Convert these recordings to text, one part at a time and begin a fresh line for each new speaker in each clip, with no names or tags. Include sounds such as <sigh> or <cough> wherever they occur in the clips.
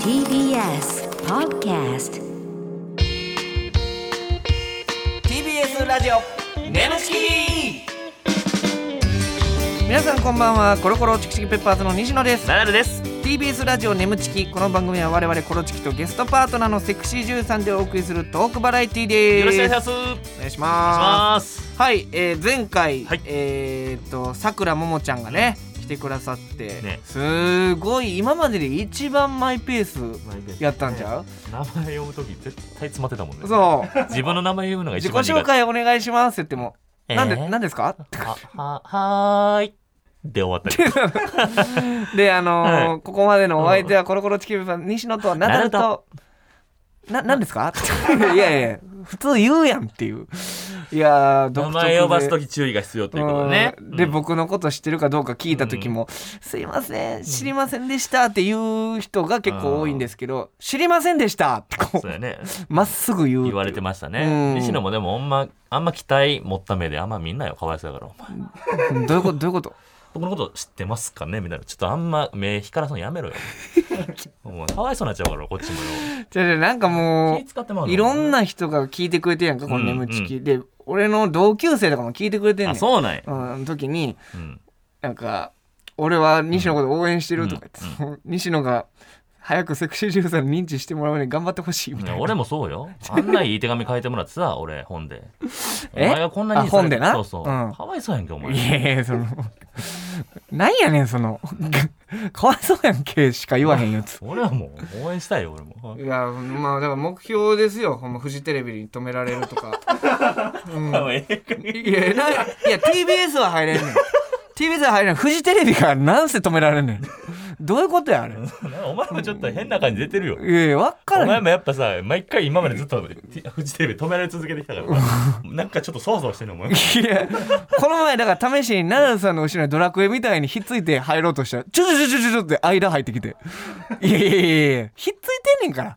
TBS Podcast
TBS ラジオ
ネムチキ
皆さんこんばんはコロコロチキチキペッパーズの西野です
ナダルです
TBS ラジオネムチキこの番組は我々コロチキとゲストパートナーのセクシージュさんでお送りするトークバラエティです
よろしくお願いしま
し
すお願
お願
いし
いしま
ます
すはい、えー、前回、
はい
えーっとさくらももちゃんがね来てくださって、
ね
すごい今までで一番マイペースやったんちゃう、
名前読むとき絶対詰まってたもんね
そう
自分の名前読むのが
自
一
己
番苦手
紹介お願いしますって言っても、
えー
なんでなんですか
はははーいで終わったけど
で、あのー
は
ここまでのお相手はコロコロチキビさん、西野とナダルと、な、なんです
<laughs>
かいやいや、普通言うやんっていう。いやー、独
名
特で
前呼ばすとき注意が必要ということでね
うんで、
うん
僕のこと知ってるかどうか聞いた時も、すいません、知りませんでしたっていう人が結構多いんですけど、知りませんでしたってこ
そうやね
う、まっすぐ言うっていう。
言われてました
うん
ね西野もでもほんまあんま期待持った目であんまみんなよかわいそうやからお
う
前
んどういうことどういうこと
僕のこと知ってますかねみたいなちょっとあんま目光らすのや
<laughs>
めろよお前かわいそうになっちゃうからこっちもよ
じゃあじゃあなんかもう
気、使ってまうの
いろんな人が聞いてくれてるやんか、この眠ちき。で、俺の同級生とかも聞いてくれてんね
あ
ん。
そうなんや、
うん、時に
うん
なんか「俺は西野のこと応援してる」とか言って、西野が早くセクシージューさんに認知してもらうように頑張ってほしいみたいな。
俺もそ
<laughs>
うよ。あんないい手紙書いてもらってさ、俺、本で。お
え
前がこんなに
あ本でな
そうそう。
うん
かわいそうやんけ、お前。
いやいやそのなんやねんそのかわいそうやんけしか言わへんやつ。
俺はもう、応援したいよ、俺も
い。やまあだから目標ですよほんまフジテレビに止められると <laughs> か。いやないや TBS は入れんねん TBS は入れんフジテレビがなんせ止められんねんどういうことやあれ。
<laughs> お前もちょっと変な感じ出てるよ。
いやいやわっから
お
へ
前
ん。
もやっぱさ、毎回今までずっとフジテレビ止められ続けてきたからさ、なんかちょっとそわそわしてんの、お前。
いや、この前、だから試しに、ナダルさんの後ろにドラクエみたいにひっついて入ろうとしたら、ちょちょちょちょちょって間入ってきて。いやいやいやいや、ひっついてんねんから。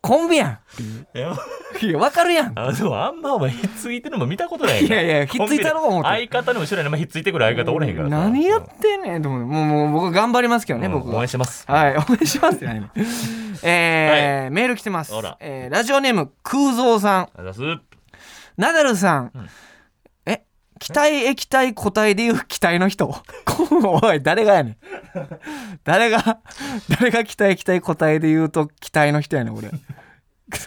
コンビや
いや
ん。いや、わかるやん。
あでもあんまお前ひっついてるのも見たことないから
いやいやひっついたろ思って
コンビで相方の後ろにあんまひっついてくる相方おれへんからさ
何やってんねんと思う。もう、もう僕頑張りますけどね、
うん
僕
応
は
援。してます
はい、お願いしますよ、
<laughs>
ね、えーメール来てます
あら。
えーラジオネーム、空蔵さん。
あざっすうん
ナダルさん。
ん
え気体液体固体でいう気体の <laughs> 人おい誰がやねん誰が誰が気体液体固体で言うと気体の人やねん俺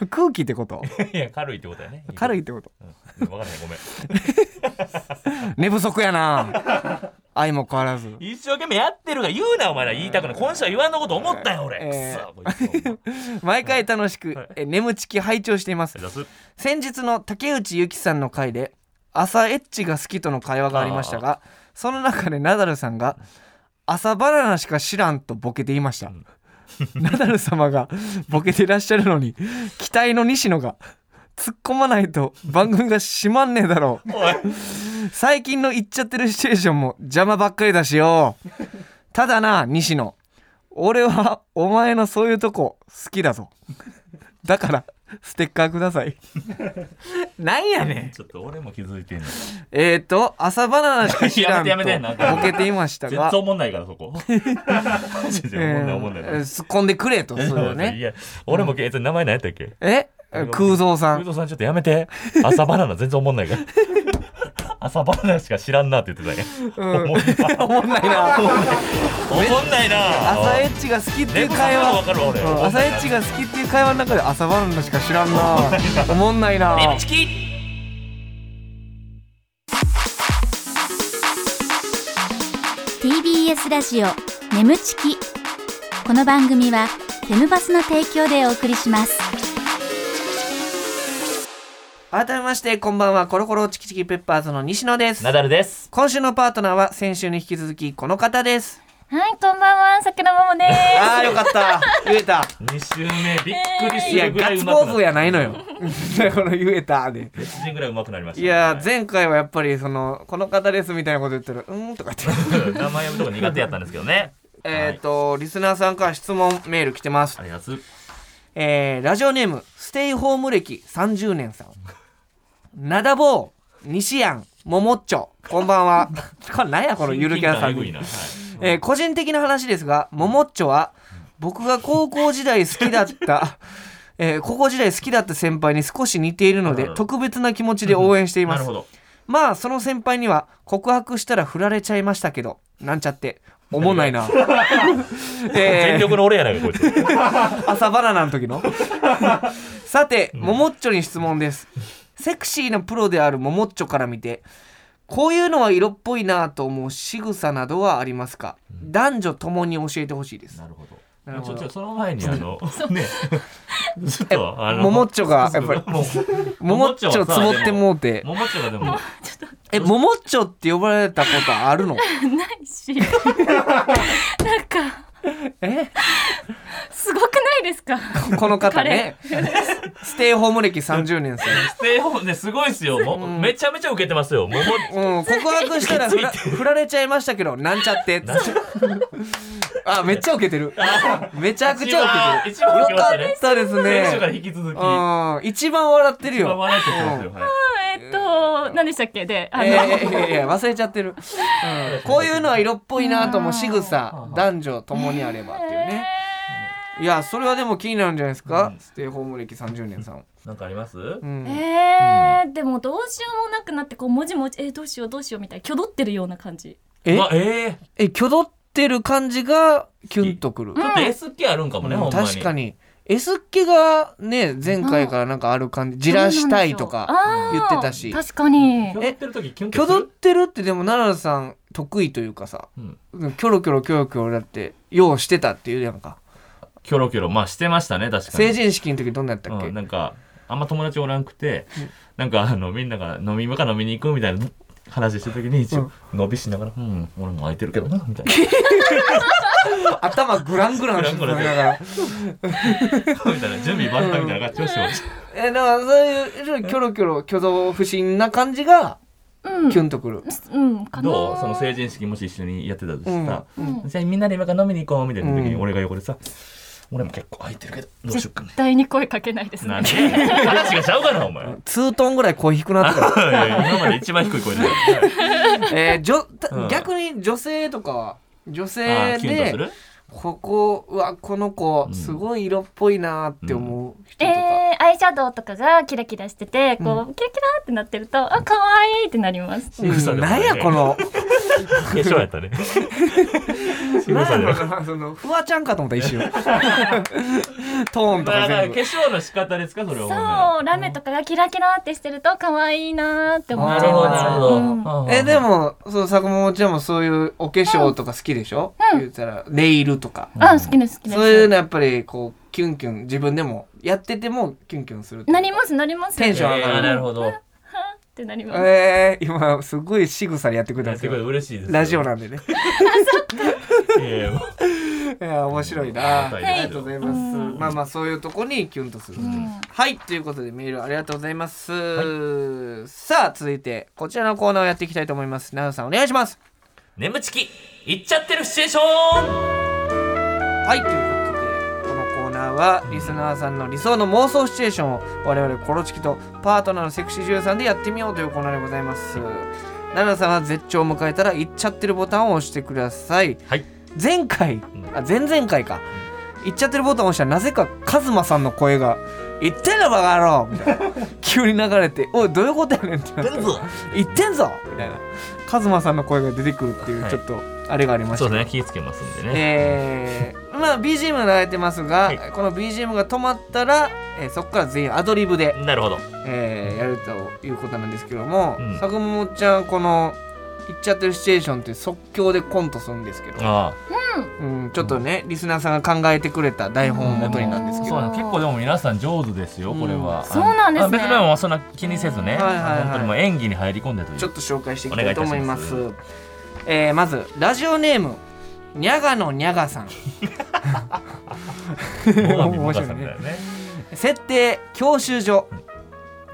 空気ってこと
いや軽いってことやね
軽い
い
ってこと
分からへんごめん
寝不足やな <laughs> 愛も変わらず
一生懸命やってるが言うなお前ら言いたくない今週は言わんのこと思ったよ俺
え
く
ー
そこいつほんま
毎回楽しく、え眠ちき拝聴しています
あざっす
先日の竹内ゆきさんの回で朝エッチが好きとの会話がありましたがその中でナダルさんが「朝バナナしか知らん」とボケていました、 <laughs> ナダル様がボケていらっしゃるのに期待の西野が突っ込まないと番組が閉まんねえだろう
おい
最近の言っちゃってるシチュエーションも邪魔ばっかりだし
<laughs>
よただな西野俺はお前のそういうとこ好きだぞだからステッカーくだ
<laughs>
さいなんやねん
ちょっと俺も気づいてんの
えーと朝バナナしか知らん
<laughs> やめてやめてなん
と
か
ボケていました
全
が
然おもんないからそこ全然おもんないおもんない
えー突っ込んでくれとそれを
い
ね
や俺もえっと名前何やったっけ
え空蔵さ
ウ
ん
ドさんちょっとやめて朝バナナ全然おもんないから <laughs> 朝バナナしか知らんなって言ってたやん、
うん
おもんない
お
<laughs>
もんないな
おもんない
<laughs>
な
朝エッチが好きっていう会
猫さんは
話
わかるわ俺
うん朝エッチが好きっていう会話の中で朝バナナしか知らん
<laughs>
なおもんないな
ネムチキ
TBS ラジオ眠ちきこの番組はテムバスの提供でお送りします
改めましてこんばんはコロコロチキチキペッパーズの西野です
ナダルです
今週のパートナーは先週に引き続きこの方です
はい、こんばんは、桜もも
<laughs>
で
あーよかった言え
<laughs>
た
2週目びっくり
い
す
や
るぐら
ガッ
いう
ツ
まく
ポー
なっ
ズ
た
やないのよ <laughs> この言えたで
別人ぐらいうまくなりました
い
ね
や前回はやっぱりそのこの方ですみたいなこと言ったらうーんとか言って
<laughs> 名前呼ぶとこ苦手やったんですけどね。
えっとリスナーさんから質問メール来てます
ありがとう。
えーラジオネームステイホーム歴30年さんなだ <laughs> ぼう西安ももっちょこんばんはこれなんやこのゆるキャラさん
に。
に
はい
えー個人的な話ですがももっちょは僕が高校時代好きだった、 <laughs> えー高校時代好きだった先輩に少し似ているの
な
で
るほど
特別な気持ちで応援していま
な
す
るほど。
まあその先輩には告白したら振られちゃいましたけどなんちゃって思んないな、え
全
ー
力の俺やないか、こいつ。
朝バナナの時
<laughs>
のさてももっちょに質問ですセクシーなプロであるももっちょから見てこういうのは色っぽいなと思う仕草などはありますか男女ともに教えてほしいです
なるほど。
なるほど
ちょっとその前にあのね、ずっとあの
ももっちょがやっぱり
も
ももっちょ積もってもうて
うももっちょがでも
えももっちょって呼ばれたことあるの
ないしなん <laughs> か
え
すごくないですか
この方ねステイホーム歴30年ですよね
ステイホームねすごいですよ。もめちゃめちゃ受けてますよ。もも
うん、告白したら振ら振られちゃいましたけどなんちゃってあめっちゃウケてるめちゃくちゃウケて
一番
るよ
一番ウケまし
か
たね
ったです
選手から
ね
引き続き
うん一番笑ってる
一番
よ
笑ってたんですよ。はい
えっと何でしたっけであの、
えーいやいや忘れちゃってる、うんこういうのは色っぽいなとも仕草男女ともにあればっていうねいやそれはでも気になるんじゃないですか、
うん
ステイホーム歴30年さん、
なんかあります？
うん
えー、でもどうしようもなくなってこうもじもじえー、どうしようどうしようみたいな挙動ってるような感じ
え
まあえー
え挙動ってる感じがキュンとくる、
ちょっと S 系あるんかもね。
うん
ほんまに。
確かに S っ気がね前回からなんかある感じじらしたいとか言ってたし
確かに
挙動ってる時キュンキュ
挙
ンす
動っ
る。
てるってでも奈良さん得意というかさ
うん
キョロキョロキョロキョロだってようしてたっていうやんか
キョロキョロまあしてましたね確かに。
成人式の時どんなやったっけ、
うん、なんかあんま友達おらんくて、なんかあのみんなが飲み今から飲みに行くみたいな話してる時に一応伸びしながら「うん、俺も空いてるけどな」
<laughs>
みたい
頭グラングランしてたながら
なみたいな準備万端みたいな感じをしてました
えだからそういうキョロキョロ挙動不審な感じが
うん
キュンとくる、
うんかな
どうその成人式もし一緒にやってたとしたら、
うん
うん
じゃあみんなで今から飲みに行こうみたいな時に
うん
俺が横でさ「俺も結構空いてるけどどうしよっかね
絶対に声かけないで」す
な
ね
んで話がちゃうかなお前い
2トーンぐらい声低くなってた
やいや今まで一番低
<laughs>
い声で、はい <laughs>
えー、じょた
うん
逆に女性とかは女
あ
性
ーキュンとす
で
る
ここうわこの子
うん
すごい色っぽいなーって思う人とか、
えー、アイシャドウとかがキラキラしててこう、キラキラってなってるとあ可愛いってなります
うん
仕草でも
な
ね
んやこの
化粧や
<laughs>
ったね仕草
なん
で
やこのそのフワちゃんかと思った
<laughs>
一瞬トーンと
ま
か
あまあ
全
化
部
粧の仕方ですかそれは
そ
ほ
うん
な
ラメとかがキラキラってしてると可愛いなーって思
ら
っ
な
ちゃ
る
い
ほど
ま
な
す
るほど、
えで
も
もそう坂本ちゃんもそういうお化粧とか好きでしょ、言ったらネイルとか、
あ好きです好きです
そういうのやっぱりこうキュンキュン自分でもやっててもキュンキュンするっていうか
なりますなります
テンション上がる
えーなるほど
はーってなります、
えー、今すごい仕草でやってくれたん
や
で
っ
す
て
よ
くれ嬉しいです
ラジオ
な
なんでね
いやいやもう
いや面白いな、
はい
ありがとうございます、
うん
まあまあそういうとこにキュンとする、
ん
はいということでメールありがとうございます、さあ続いてこちらのコーナーをやっていきたいと思います奈良さんお願いします
眠ちき行っちゃってるシチュエーション
はいということでこのコーナーはリスナーさんの理想の妄想シチュエーションを我々コロチキとパートナーのセクシー女優さんでやってみようというコーナーでございます奈良さんは絶頂を迎えたら「行っちゃってる」ボタンを押してください
はい
前回あ前々回か行っちゃってるボタンを押したらなぜかカズマさんの声が「行ってんのバカ野郎!」み <laughs> たいな急に流れて「おいどういうことやねん」ってなって「行ってんぞ!」みたいなカズマさんの声が出てくるっていう
はい
ちょっとあれがありまし
そ
た
う
けど
ですね気ぃつけますんでね、
えーまあ BGM が流れてますが、
はい
この BGM が止まったら、えーそこから全員アドリブで、
なるほど
えーやるということなんですけども、
うん
坂本ちゃんこの「行っちゃってるシチュエーション」って即興でコントするんですけど、
あ
うん、ちょっとね、リスナーさんが考えてくれた台本を
あ
もとになんですけど、
そうなん結構でも皆さん上手ですよこれは、
うん
あの
そうなんです
あ
ね
別にもうそんな気にせずね、
はいはいはい
本当にもう演技に入り込んでという
ちょっと紹介していきたいと思います
お願い
えーまずラジオネームにゃがのにゃがさん
最上
面白
もが
い
さんだ
ね
よね
設定教習所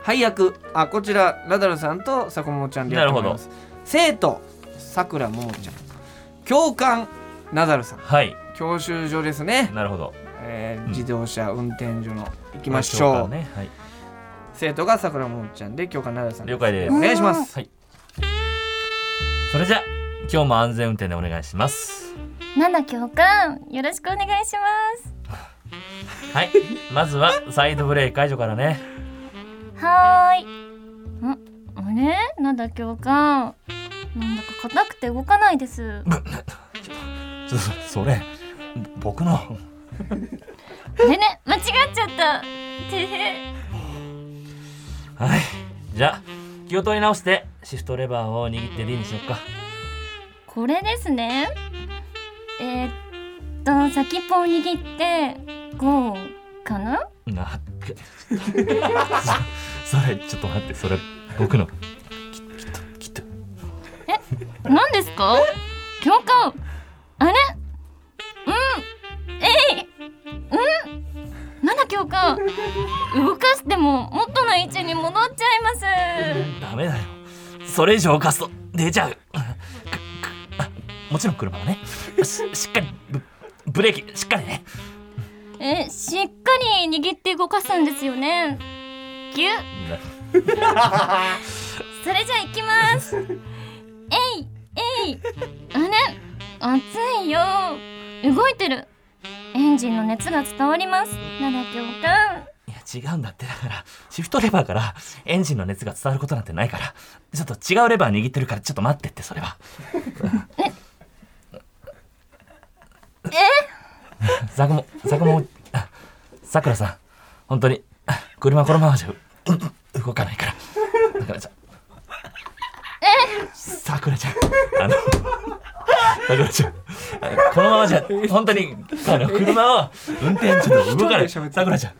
配役あこちらナダルさんと坂本ちゃんでやってもらいます生徒さくらももちゃん教官ナダルさん
はい
教習所ですね、
なるほど
えー
ん
自動車運転所の行きましょう、
ねはい、
生徒がさくらももちゃんで教官ナダルさん
了解です
お願いします
はい、それじゃ今日も安全運転でお願いします
なんだ教官よろしくお願いします
はいまずはサイドブレーキ解除からね
はーいんあれなんだ教官なんだか硬くて動かないです
ちょっとそれ僕の
あれね間違っちゃったてへ
はいじゃあ気を取り直してシフトレバーを握って D にしよっか
これですねえー、っと先っぽを握ってこうかな
なっけそれちょっと待ってそれ僕のききっときっと
何ですか教官あれうんえいうんなんだ教官動かしても元の位置に戻っちゃいます
ダメだよそれ以上貸すと出ちゃうくくあもちろん車はねししっかりブブレーキしっかりね
えしっかり握って動かすんですよねぎゅそれじゃあ行きます <laughs> えいえいあれ熱いよ動いてるエンジンの熱が伝わりますなだ教官
いや違うんだってだからシフトレバーからエンジンの熱が伝わることなんてないからちょっと違うレバー握ってるからちょっと待ってってそれはえザクもザクもあさくらさん本当にあ車このままじゃうう動かないからだからじゃさくらちゃんあのさくらちゃんあのこのままじゃ本当にあの車は運転ちょっと動かない
一人で喋って
さくらちゃん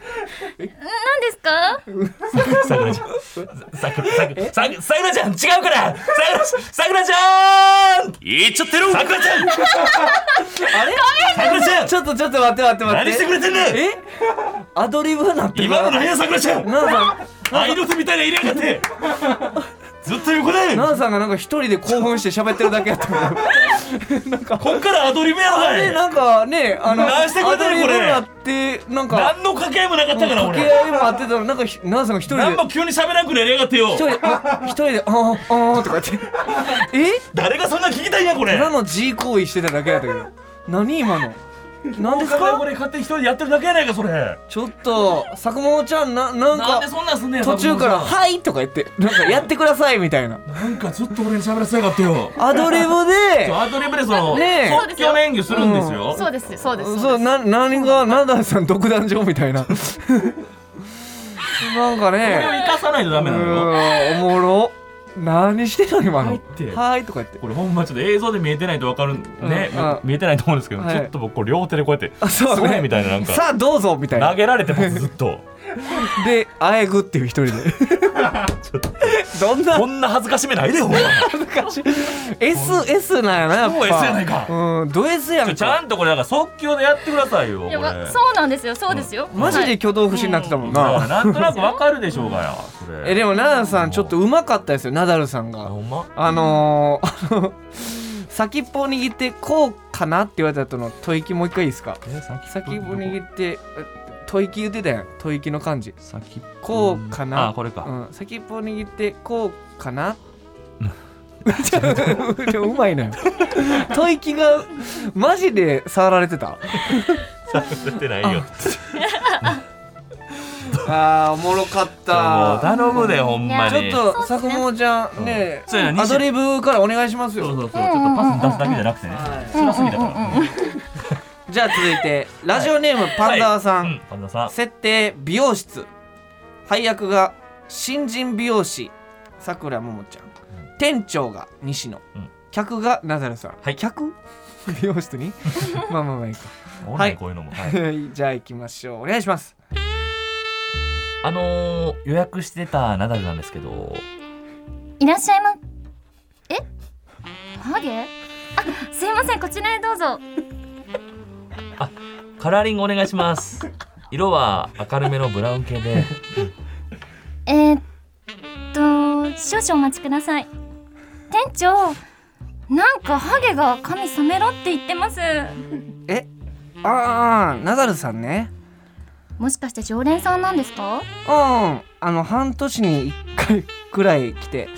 何ですか
さくらちゃん、さくら、さくら、さくさくらちゃん、違うから、さくら、さくらちゃん。言っちゃってる。さくらちゃん。あれ、さくらちゃん、
ちょっとちょっと待って待って待
何
っ
しててくれてんねん。
えアドリブなってる
今のなんや、さくらちゃん。
奈々さん
アイドルみたいな入れやがって。ずっと横で、
奈々さんがなんか一人で興奮して喋ってるだけやったから
こっからアドリブやわ。
えなんかねあの
何してくれてるこれ
アドリブなってなんか
何の掛け合いもなかったから、
掛け
俺。
合いもあってたのなんかひ奈々さんが
何
一人
も
で
急に喋らんくなりやがって
一。
よ
人であ一人であーあーとか
<laughs>
言ってえ
誰がそんな聞きたいんや、これ
た。だの G 行為してただけやったけど何今の何です
こ
か
れ勝手に一人でやってるだけやないか、それ。
ちょっと坂本ちゃんななん
な
か
んでそんなんすんねん。
途中から「はい」とか言ってなんかやってくださいみたいな
なんかずっと俺に喋らせやがってよ。
アドリブ
<laughs> そう
で
アドリブでその
ねえ
即興の演技するんですよ。
そうですそうです
そうな何がナダルさん独壇場みたいな <laughs> なんか
これを
ね
生かさないとダ
う
メなのよ。
ーんおもろ何してたの今の
入って
はい」とか言って
これほんまちょっと映像で見えてないとわかるね、
うんうん
見えてないと思うんですけど、
はい
ちょっと僕これ両手でこうやって
あそうね
れみたいななんか
さあどうぞみたい
投
な
げられてますずっと
で「あえぐ」っていう
<laughs>
一人でどんな
こんな恥ずかしめないでよお前
S S なんやなやっぱ
そう S やないか
うんド S やん
ちょ
か
ちゃんとこれだから即興でやってくださいよこれ
やばそうなんですよそうですよ、
マジ
はい
で挙動不審になってたもん
だから
な
なんとなくわかるでしょうがよそれ
えでもナダルさんちょっとうまかったですよナダルさん
あ
が
ほんま
あのー、あの先っぽを握ってこうかなって言われた後の吐息もう一回いいですか
え先
先っぽ握ってえ吐息言ってたやん吐息の感じ
先っ
こうかな
あこれか、
うん、先っぽを握ってこうかな <laughs> ちょっとうまいなよ吐息がマジで触られてた
触ってないよ
あーおもろかっ
もう
た
頼むでほんま
ちょ
に
っと佐久間ちゃんね
そうやね
アドリブからお願いします
そう
よ
そうそうちょっとパス出すだけじゃなくてね
はい
辛すぎだから
じゃあ続いてラジオネームパンダーさん、
うん神田さん
設定美容室配役が新人美容師さくらももちゃん、店長が西野、
うん
客がナザルさん、
はい
客美容
<laughs>
室にまあまあまあいいか <laughs>
おる
は
ね
い
こういうのも、
じゃあ行きましょうお願いします
あのー、予約してたナダルなんですけど
いらっしゃいまえハゲあすいませんこちらへどうぞ
カラーリングお願いします色は明るめのブラウン系で
えー、っと少々お待ちください店長なんかハゲが髪染めろって言ってます
えああナザルさんね
もしかして常連さんなんですか
うんあの半年に1回くらい来て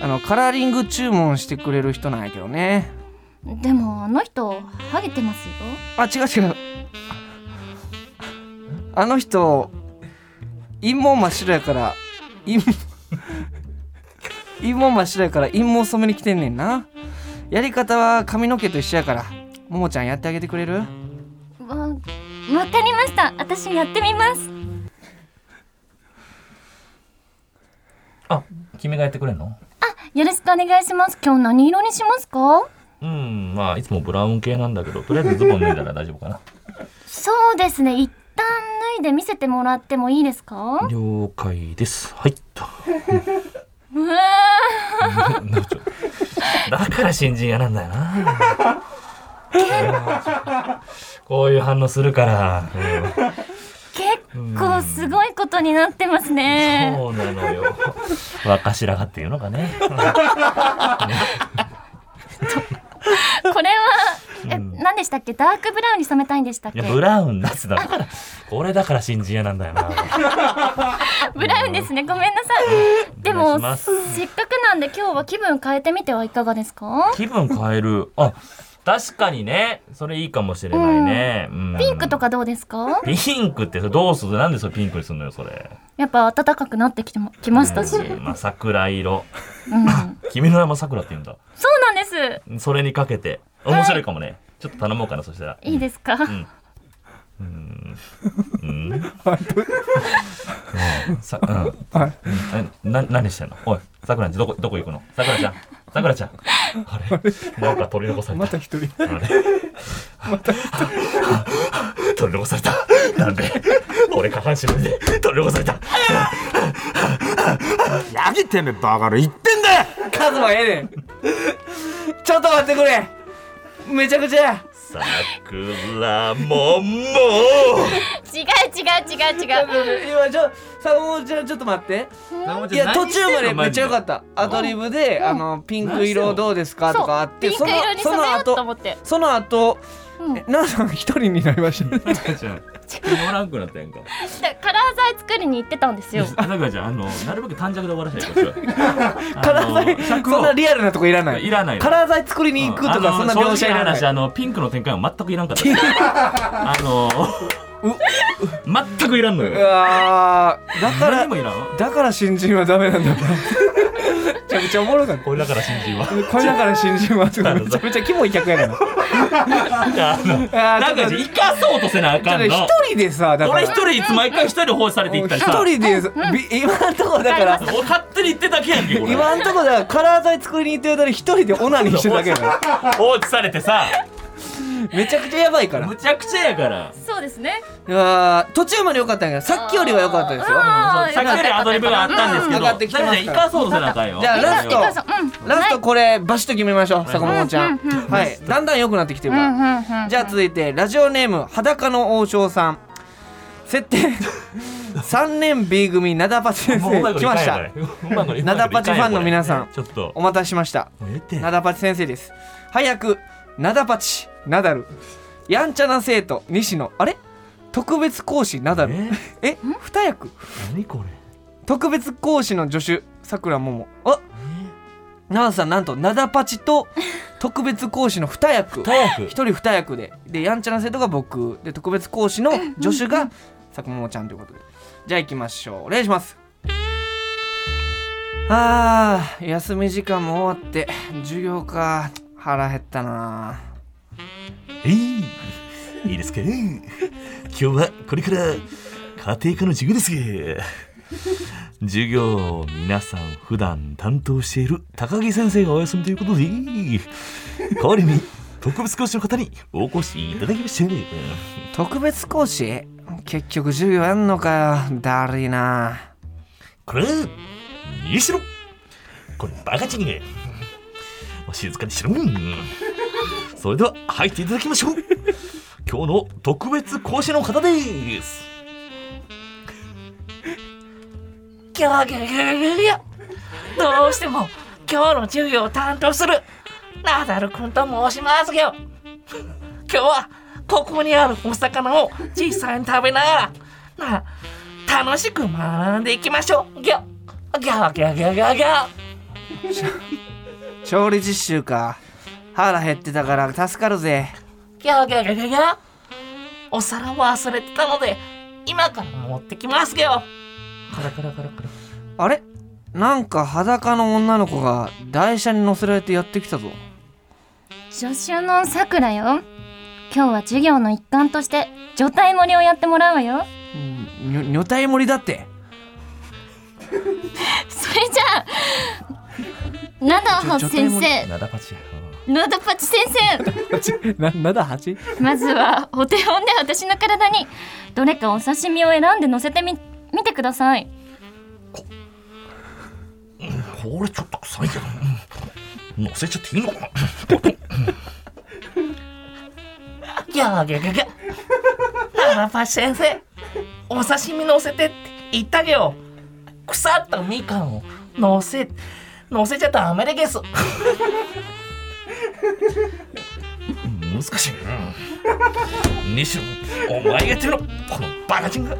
あのカラーリング注文してくれる人なんやけどね
でもあの人ハゲてますよ
あ違う違うあの人陰毛真っ白やから陰 <laughs> 陰毛真っ白やから陰毛染めに来てんねんなやり方は髪の毛と一緒やからももちゃんやってあげてくれる
わわかりました私やってみます
<laughs> あ君がやってくれんの
あよろしくお願いします今日何色にしますか
うんまあいつもブラウン系なんだけどとりあえずズボン脱いだら大丈夫かな
そうですね一旦脱いで見せてもらってもいいですか
了解ですはいと
うわ
なんかちょだから新人嫌なんだよなこういう反応するから、うん
結構すごいことになってますね
そうなのよ若白髪っていうのかね
これはえ、
うん
何でしたっけダークブラウンに染めたいんでしたっ
い
け
やブラウンだってだからこれだから新人嫌なんだよな
ブラウンですねごめんなさいで
お
も
願いします
せっかくなんで今日は気分変えてみてはいかがですか
気分変えるあ確かにねそれいいかもしれないね、うん
ピンクとかどうですか
ピンクってそれどうするなんでそれピンクにするのよそれ
やっぱ暖かくなってきてもきましたし、うん、そう
うんまあ、桜色
なん
君の名前桜って言うんだ
です
それにかけて面白いかもね、ちょっと頼もうかなそしたら
いいですか、
んうんうんさうん
はい
うんな何してんのおい桜ちゃんどこどこ行くの桜ちゃん桜ちゃんあれなんか取り残された
一人
あれ <laughs> 取り残されたなんで俺下半身まで取り残された
何言ってんだよバカ野郎言ってんだよ
カズマええねんちょっと待ってくれめちゃくちゃや
桜もも
違う違う違う違う
今ちょさもうちゃんちょっと待っていや途中までめっちゃ良かったアドリブで、あのピンク色どうですかとかあって
ピンク色に
そ
染
の
めよう
そ
と
の後
思って
その後、
うん
え奈々さん一人になりましたね
ちゃんおらんくなったやんか
でカラー剤作りに行ってたんですよ
さくらちゃんあのなるべく短尺で終わらせないでくだ
<laughs>
さい
カラー
<laughs> あ
剤
の
そんなリアルなとこいらない
いらない
カラー剤作りに行くとか、
う
そんな描写いら
あ
な
の正直ない話あのピンクの展開は全くいらんかったです
<laughs>
あの全くいらんの
う
よ
わーだか
何
ら
もいらん
だから新人はダメなんだ <laughs> めちゃくちゃおもろかった
これだから新人は
これだから新人はめちゃめちゃキモい客やから
あの
あー
なんか
ちょっと
生かそうとせなあかん
ちょっ
の
と一人でさだか
俺
ら
一人いつ毎回一人放置されていったりさ
一人でさび今んとこだから
俺勝手に言ってただけやんけこれ
今んとこだからカラー剤作りに行ってる間に一人でオナニーしてるだけやから
放置されてさ
めちゃくちゃやばいから
むちゃくちゃやから
そうですね
いやー途中まで良かったんやけどさっきよりは良かったですよ
あー
さっきよりアドリブがあったんで
う
すけ
ん
ど
上がってきてます
生かそうとせなあかんよ
じゃあラス
いい
ト
かそううん
ラストこれバシッと決めましょう坂本ちゃん
うんうんうん
はいだんだん良くなってきてる
う
か
ん
ら
うんうん
じゃあ続いてラジオネーム裸の王将さん設
<laughs>
定3年 B 組なだぱ先
もううま
生
いこと
来まし
いかん
た
やこれうまいこといかん
な
や
だぱちファンの皆さん
ちょっと
お待たせしました
もうええって
なだぱち先生です早くなだぱちナダルやんちゃな生徒西野あれ特別講師ナダル
え
え二役
何これ
特別講師の助手さくらももあナダさんなんとなだぱちと特別講師の二役
早く
一人二役ででやんちゃな生徒が僕で特別講師の助手が佐久間もちゃんということでじゃあ行きましょうお願いしますあー休み時間も終わって授業か腹減ったな
えいいいですか今日はこれから家庭科の授業ですが授業を皆さん普段担当している高木先生がお休みということで代わりに特別講師の方にお越しいただきました
特別講師結局授業やんのかよだるいな
これ西野これバカチンがお静かにしろそれでは入っていただきましょう今日の特別講師の方です
ギャーギャーギャーギャーギャーどうしても今日の授業を担当するナダルくんと申しますよ今日はここにあるお魚を実際に食べながらな楽しく学んでいきましょうギャーギャーギャーギャーギャーギャー
調理実習か腹減ってたから助かるぜ
ギャーギャーギャーギャーギャーお皿忘れてたので今から持ってきますよカラカラカラカラ
あれなんか裸の女の子が台車に乗せられてやってきたぞ
助手のさくらよ今日は授業の一環として女体盛りをやってもらうわよ
うんにょ女体盛りだって
それじゃあなだは
女
先
体盛
生
なだパチ。
なだぱち先生
ななだ8
まずはお手本で私の体にどれかお刺身を選んで乗せてみ見てください
これちょっと臭いけど。乗せちゃっていいのかな。
ギャーギャーギャーギャーならば先生お刺身乗せてって言ったげよ腐ったみかんを乗せ乗せちゃダメでゲス
難しいな。にしろ、お前がやってみろ。このバカチンが。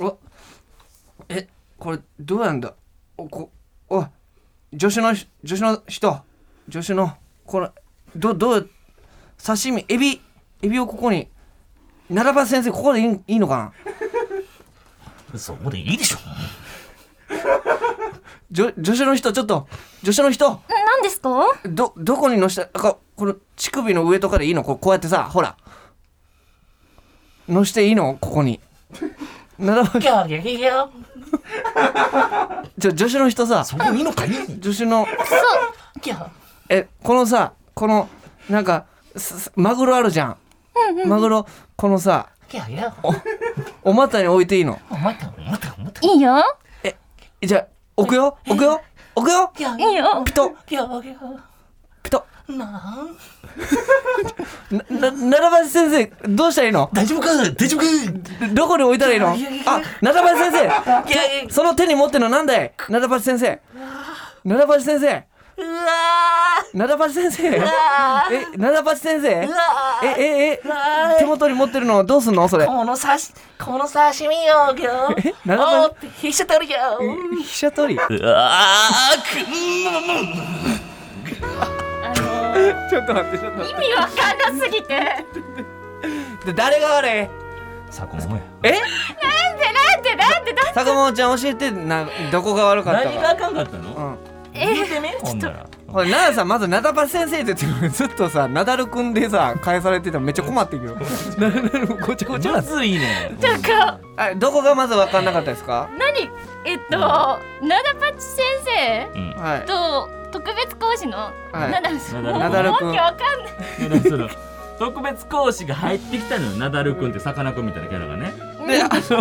おえこれどうやるんだおこおい助手の助手の人助手のこのどどう刺身エビエビをここに奈良ば先生ここでいいいいのかな
そこでいいでしょ。
助助手の人ちょっと助手の人
何ですか
どどこに乗したここの乳首の上とかでいいのここうやってさほら乗していいのここに奈良
ギャーギャーギャーギャー
ちょ助手の人さ
そこでいいのかい。
助手の
ギャー
えこのさこのなんかすすマグロあるじゃん,、マグロこのさ
ギャーギャー
お股に置いていいの
お前か
待って待って。
いいよ
じゃあ置くよ置く <laughs> よ置くよ
ギャーギャー
いいよ
ピトッ
ギャーギャー
ピト
なん
ッなな奈良橋先生どうしたらいいの
大丈夫か大丈夫か
どどこに置いたらいいのあ奈良橋先生
ギャーギャー
その手に持ってるのなんだい奈良橋先生奈良橋先生
うわ
奈良橋先生え奈良橋先生
ーうわ
え
ー
ええ
わー
手元に持ってるのどうすんのそれ
この刺し、この刺身よ、ギョ
え
ー。
なるほど
おーって、必死取るよ。
飛車取り
ああ、くん。
ちょっと待ってちょっと待っ
意味わかんなすぎてなん
てで誰が悪い
さあ、この前。
え
でなんでなんでだ
坂本ちゃん教えてなどこが悪かった
何が
か
あかんかった
う
の。
ん
え
ほんなら。
これ奈良さんまずナダパ先生って言ってずっとさナダルくんでさ返されてたらめっちゃ困ってくる <laughs> なななごちゃごちゃ
まずいね。
なんか
あどこがまず分かんなかったですか
何えっとなだぱち先生
うん。
はい
と特別講師の
はい
ナダルさん、
ナ
ダル
もう
君
わけわかんない
いやだからその特別講師が入ってきたのよナダルくんってさかなクンみたいなキャラがね。
であ
ねそ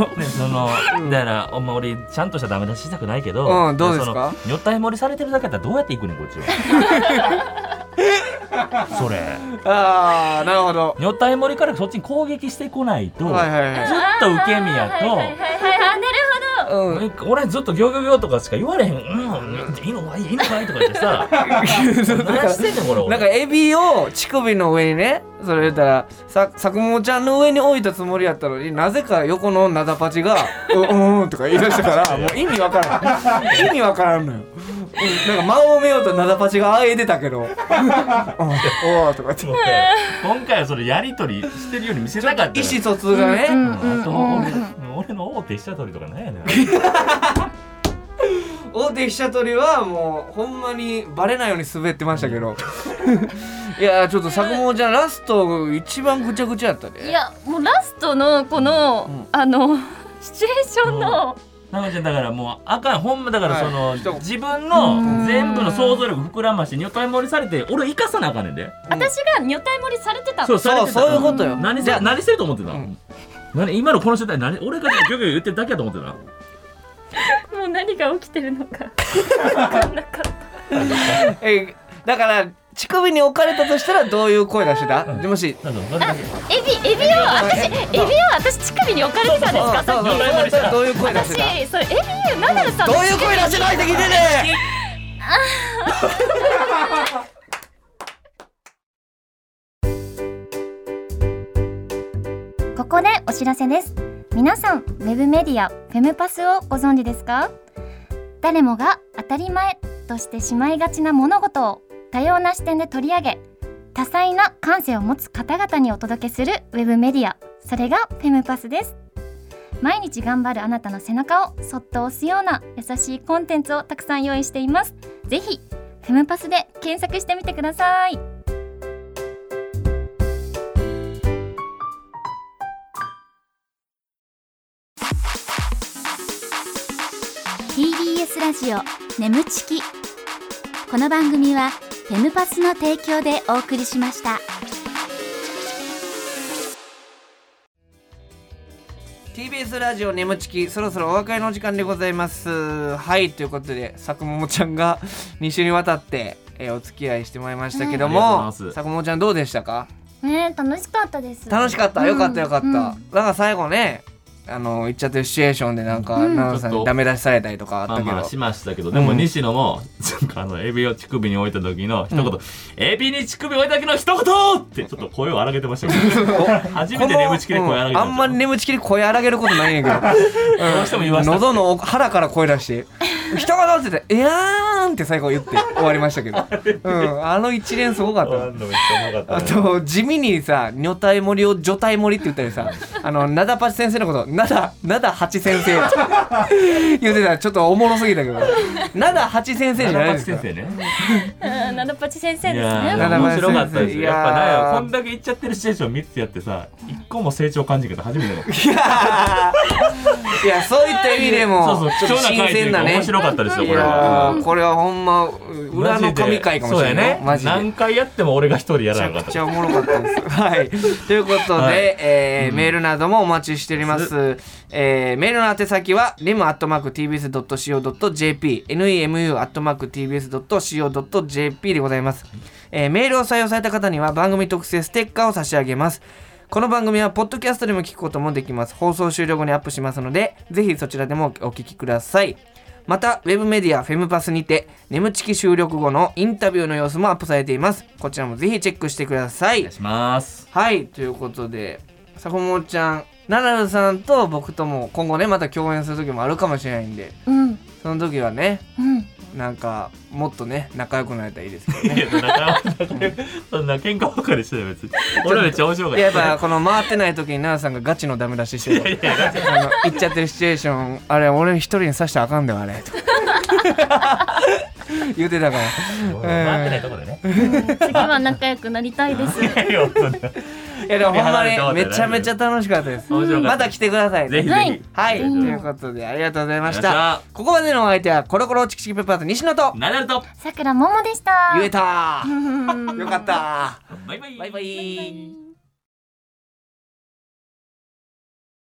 のだからお前俺ちゃんとしたダメ出ししたくないけど、
うんどうですか
その女体盛りされてるだけだったらどうやって行くねんこっち
<laughs>
は。それ
あーなるほど
女体盛りからそっちに攻撃してこないと、
はいはいはい
ずっと受け身やと。
はいはいはいはいあなる
うん
俺ずっとギョギョギョとかしか言われへん、うん、いいのかいいのかいとか言っ
<laughs>
てさ、何してんねん、これ、
なんかエビを乳首の上にねそれ言ったらささくもちゃんの上に置いたつもりやったのになぜか横のなだぱちが <laughs> 「ううんうん」とか言い出したからもう意味わからん意味わからんのよ。うんなんか間を埋めようとなだぱちがあえてたけど「うんおお」とか言って
思って今回はそれやり取りしてるように見せなかっ
意
たよ
思疎通がね
あと俺俺の大手下取りとかなんやね
<laughs>
んい
大手飛車取りはもうほんまにバレないように滑ってましたけど <laughs> いやーちょっとさくもちゃんラスト一番ぐちゃぐちゃやったで
ほどいやもうラストのこの、
ん
あのシチュエーションの、
なのちゃんだからもうあかんほんまだからその、
はい一言
自分の全部の想像力膨らまして女体盛りされて俺生かさなあかんねんで
私が女体盛りされてた
そうされ
そう
てた
そういうことよ
何せ何してると思ってた、
ん
何今のこの人体何俺がギョギョギョ言ってるだけやと思ってた
もう何が起きてるのかわかんなかった
えだから乳首に置かれたとしたらどういう声出してたでもし
なんか分かんない
エビエビを私エビを私乳首に置かれてたんです
そ
か
うそうそう
女体盛りした
どういう声出してた
私それエビナダルさん
どう
の
いう声出してないって聞いてね
ここでお知らせです皆さんウェブメディアフェムパスをご存知ですか誰もが当たり前と
としてしまいがちな物事を多様な視点で取り上げ多彩な感性を持つ方々にお届けするウェブメディアそれがフェムパスです毎日頑張るあなたの背中をそっと押すような優しいコンテンツをたくさん用意していますぜひフェムパスで検索してみてください
ー TBS ラジオ眠ちきこの番組はフェムパスの提供でお送りしました
TBS ラジオ眠ちきそろそろお別れの時間でございますはいということでさくももちゃんが2週にわたって、えーお付き合いしてもらいましたけど
うんありがとうご
も
ざいます
さくももちゃんどうでしたか
ね楽しかったです
楽
<laughs>
しかったよかったよかった、
うん
なんか最後ねあの言っちゃってるシチュエーションでなんか
うん
奈々、さん
ちょっ
に
と
ダメ出しされたりとかあった
ま
けど、
あまあしましたけど、でも
うん
西野も、なんかあの、エビを乳首に置いた時の一言、エビに乳首置いた時の一言って、ちょっと声を荒げてましたけ
<laughs>
ど、初めて眠ちきで声荒げて
あんまり眠ちきり声荒げることないんやけど
どうしても言わしたくて
喉の奥腹から声出
<laughs>
して「一言」って言って「いやーん」って最後言って終わりましたけど、うん、あの一連すごかったな
のめっちゃ重か
あ
ったな。
と地味にさ「女体盛り」を「女体盛り」って言ったりさあの灘八先生のこと「灘灘八先生」
<laughs>
言ってたらちょっとおもろすぎたけど灘八先生じゃないですか
先生ね。
なだぱち先
い
生です
や
ね
ー面白かったです
い
よ。
やー
やっぱなんやこんだけいっちゃってるシチュエーション3つやってさ、一個も成長感じる方初めて
<laughs> い
の。
やーいやそういった意味でも
そう
ち
そう
ょっと
貴重な
新鮮
回という
な
か
ね
面白かったですよ
い
これ
や
は。
ーこれはほんま裏の神回かもしれないよマ
マ
ジ
ジ
で
でそうだよね何回やっても俺が一人や
め
ら
ち
な
ゃ
かっ
く
た
ちゃおもろかったです。はい、ということで、
はい
えー
うん
メールなどもお待ちしております。
す
えーメールの宛先は nemu.tbs.co.jp nemu.tbs.co.jp でございます、えーメールを採用された方には番組特製ステッカーを差し上げます。この番組はポッドキャストでも聞くこともできます。放送終了後にアップしますので、ぜひそちらでもお聞きください。また、ウェブメディアフェムパスにて、眠ちき収録後のインタビューの様子もアップされています。こちらもぜひチェックしてください
お願い。します。
はい、ということで、さこもちゃん、ナダルさんと僕とも今後ね、また共演する時もあるかもしれないんで、
うんうん
その時はね、なんか、もっとね、仲良くなれたらいい
<laughs>
ですけど
いや、なかなか、そんな喧嘩ばっかりしてたよ、別に。俺らめっちゃ面白かっ。
いややったぱこの回ってない時に奈々さんがガチのダメ出しして
<laughs>
るあの言っちゃってるシチュエーションあれ俺一人に刺したらあかんであれ
<laughs>
と言ってたから
回ってないとこでね。 <laughs>
次は仲良くなりたいです
いやいや本当に
いやでもほんま
いや
に
離れ
め
て
ちゃめちゃ楽しかったです
面白か
ま
った
た来てください
ぜひぜ
ね
ひ。
はいと
うん
いうことでありがとうございまし
ありが
た
とう
ここまでのお相手はコロコロチキチキペッパーズ西野と
ナダルと、
さくらももでした
言えたよかった
バイバイ。
バイバイ